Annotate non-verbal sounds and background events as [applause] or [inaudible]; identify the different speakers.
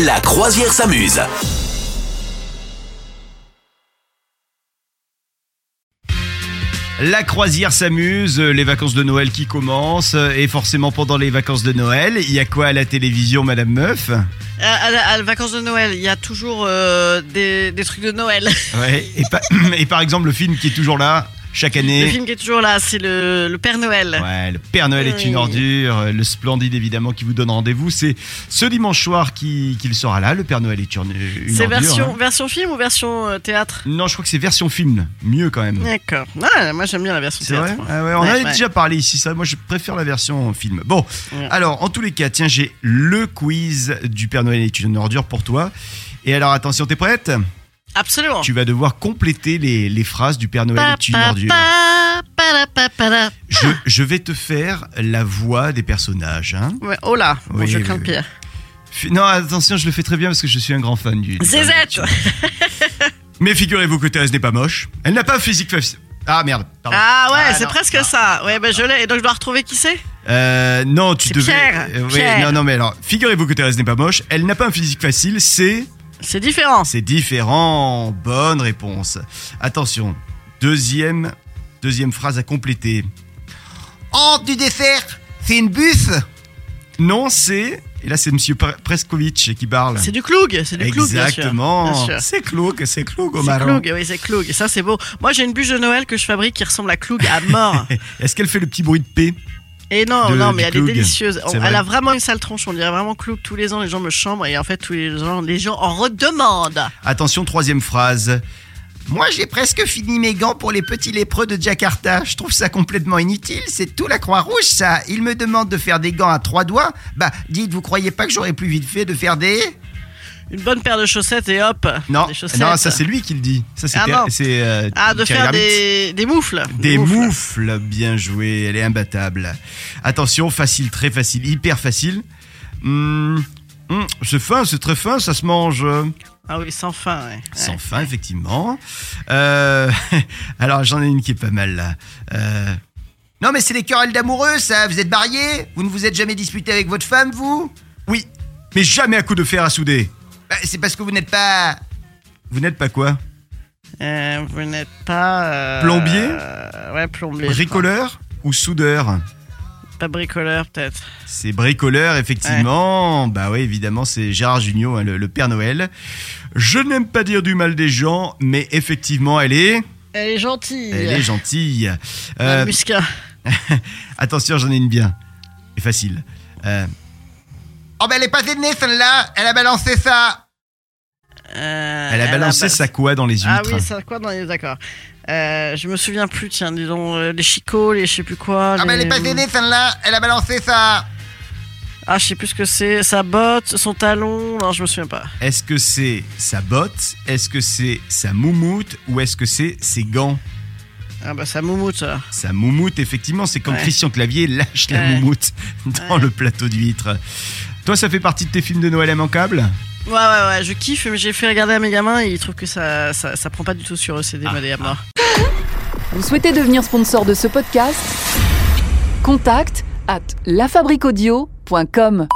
Speaker 1: La croisière s'amuse.
Speaker 2: La croisière s'amuse, euh, les vacances de Noël qui commencent, euh, et forcément pendant les vacances de Noël, il y a quoi à la télévision, Madame Meuf
Speaker 3: À, à la- à la vacances de Noël, il y a toujours euh, des, des trucs de Noël.
Speaker 2: ouais, et, pa- [coughs] et par exemple le film qui est toujours là, chaque
Speaker 3: Le
Speaker 2: année.
Speaker 3: film qui est toujours là, c'est le, le Père Noël.
Speaker 2: Ouais, le Père Noël est une
Speaker 3: Oui.
Speaker 2: ordure, euh, le Splendide évidemment qui vous donne rendez-vous. C'est ce dimanche soir qui- qu'il sera là, le Père Noël est une, une
Speaker 3: c'est
Speaker 2: ordure.
Speaker 3: version,
Speaker 2: hein.
Speaker 3: version film ou version euh, théâtre
Speaker 2: Non, je crois que c'est version film, mieux quand même.
Speaker 3: D'accord. Ah, moi j'aime bien la version
Speaker 2: C'est
Speaker 3: théâtre.
Speaker 2: vrai
Speaker 3: moi.
Speaker 2: Ah ouais, On en
Speaker 3: Ouais,
Speaker 2: avait
Speaker 3: ouais.
Speaker 2: déjà parlé ici, ça. Moi, je préfère la version film. Bon,
Speaker 3: Ouais.
Speaker 2: alors, en tous les cas, tiens, j'ai le quiz du Père Noël est une ordure pour toi. Et alors, attention, t'es prête
Speaker 3: Absolument.
Speaker 2: Tu vas devoir compléter les, les phrases du Père Noël
Speaker 3: Pa,
Speaker 2: est une
Speaker 3: pa,
Speaker 2: ordure.
Speaker 3: pa, pa, la, pa, pa, la.
Speaker 2: Je, je vais te faire la voix des personnages. hein.
Speaker 3: Ouais, oh là, bon,
Speaker 2: Oui,
Speaker 3: je
Speaker 2: oui,
Speaker 3: crains
Speaker 2: oui.
Speaker 3: le pire.
Speaker 2: F- Non, attention, je le fais très bien parce que je suis un grand fan du. du Père Noël est
Speaker 3: Zézette
Speaker 2: une ordure. Mais figurez-vous que Thérèse n'est pas moche. Elle n'a pas un physique. faci- Ah merde, pardon.
Speaker 3: Ah ouais,
Speaker 2: Ah,
Speaker 3: c'est
Speaker 2: non.
Speaker 3: presque ça. Ouais, ben je l'ai. Et donc je dois retrouver qui c'est
Speaker 2: Euh, non, tu
Speaker 3: C'est
Speaker 2: devais.
Speaker 3: Pierre,
Speaker 2: euh, oui,
Speaker 3: Pierre.
Speaker 2: non, non, mais alors, figurez-vous que Thérèse n'est pas moche. Elle n'a pas un physique facile, c'est.
Speaker 3: C'est différent.
Speaker 2: C'est différent. Bonne réponse. Attention, deuxième, deuxième phrase à compléter. Hante du Oh, dessert, c'est une buffe Non, c'est. Et là, c'est Monsieur Pre- Preskovic qui parle.
Speaker 3: C'est du cloug. C'est du cloug, bien sûr. Bien
Speaker 2: Exactement.
Speaker 3: sûr.
Speaker 2: C'est Cloug, c'est Cloug au
Speaker 3: C'est
Speaker 2: marron.
Speaker 3: Cloug, oui, c'est Cloug. Ça, c'est beau. Moi, j'ai une bûche de Noël que je fabrique qui ressemble à Cloug à mort.
Speaker 2: Est-ce qu'elle fait le petit bruit de paix
Speaker 3: Et non,
Speaker 2: De-
Speaker 3: non,
Speaker 2: du
Speaker 3: mais elle est
Speaker 2: Cloug.
Speaker 3: délicieuse.
Speaker 2: C'est
Speaker 3: elle
Speaker 2: vrai.
Speaker 3: a vraiment une sale tronche. On dirait vraiment Cloug. Tous les ans, les gens me chambrent et en fait, tous les gens, les gens en redemandent.
Speaker 2: Attention, troisième phrase. Moi, j'ai presque fini mes gants pour les petits lépreux de Jakarta. Je trouve ça complètement inutile. C'est tout la Croix-Rouge, ça. Ils me demandent de faire des gants à trois doigts. Bah, dites, vous croyez pas que j'aurais plus vite fait de faire des.
Speaker 3: Une bonne paire de chaussettes et hop.
Speaker 2: Non,
Speaker 3: des chaussettes.
Speaker 2: non ça, c'est lui qui le dit. Ça, c'est.
Speaker 3: Ah
Speaker 2: Ter-
Speaker 3: non.
Speaker 2: c'est, euh,
Speaker 3: Ah, de
Speaker 2: Thierry
Speaker 3: faire
Speaker 2: Lhermitte.
Speaker 3: des, des moufles.
Speaker 2: Des moufles, bien joué, elle est imbattable. Attention, facile, très facile, hyper facile. Hum, hum, c'est fin, c'est très fin, ça se mange.
Speaker 3: Ah oui, sans fin, ouais.
Speaker 2: Sans
Speaker 3: Ouais.
Speaker 2: fin, effectivement. Euh, [laughs] alors, j'en ai une qui est pas mal là. Euh, Non, mais c'est les querelles d'amoureux, ça. Vous êtes mariés Vous ne vous êtes jamais disputé avec votre femme, vous Oui, mais jamais à coup de fer à souder. Bah, c'est parce que vous n'êtes pas. Vous n'êtes pas quoi
Speaker 3: Euh, vous n'êtes pas. euh,
Speaker 2: Plombier
Speaker 3: euh, Ouais, plombier. je
Speaker 2: Bricoleur ou soudeur
Speaker 3: crois. Pas bricoleur, peut-être.
Speaker 2: C'est bricoleur, effectivement. Bah oui, évidemment, c'est Gérard Jugnot, hein, le, le Père Noël. Je n'aime pas dire du mal des gens, mais effectivement, elle est.
Speaker 3: Elle est gentille.
Speaker 2: Elle est gentille.
Speaker 3: Madame
Speaker 2: Euh,
Speaker 3: Musquin.
Speaker 2: Attention, j'en ai une bien. Et facile. Euh... Oh, ben elle est pas aînée, celle-là. Elle a balancé ça.
Speaker 3: Euh,
Speaker 2: Elle a balancé
Speaker 3: ba-
Speaker 2: sa quoi dans les huîtres
Speaker 3: Ah oui, ça quoi dans les accords euh, Je me souviens plus, tiens, disons, euh, les chicots, les je sais plus quoi.
Speaker 2: Ah, ben elle
Speaker 3: les-
Speaker 2: est pas aînée, celle-là. Elle a balancé ça.
Speaker 3: Ah, je sais plus ce que c'est, sa botte, son talon, non, je me souviens pas.
Speaker 2: Est-ce que c'est sa botte Est-ce que c'est sa moumoute Ou est-ce que c'est ses gants
Speaker 3: Ah bah, sa moumoute. ça.
Speaker 2: Sa moumoute, effectivement, c'est quand
Speaker 3: Ouais.
Speaker 2: Christian Clavier lâche la
Speaker 3: Ouais.
Speaker 2: moumoute [laughs] dans
Speaker 3: Ouais.
Speaker 2: le plateau d'huîtres. Toi, ça fait partie de tes films de Noël immanquables
Speaker 3: Ouais, ouais, ouais, je kiffe, mais j'ai fait regarder à mes gamins et ils trouvent que ça, ça, ça prend pas du tout sur eux, c'est des
Speaker 2: Ah,
Speaker 3: modèles à
Speaker 2: ah.
Speaker 3: mort.
Speaker 4: Vous souhaitez devenir sponsor de ce podcast Contact à lafabriquaudio.com.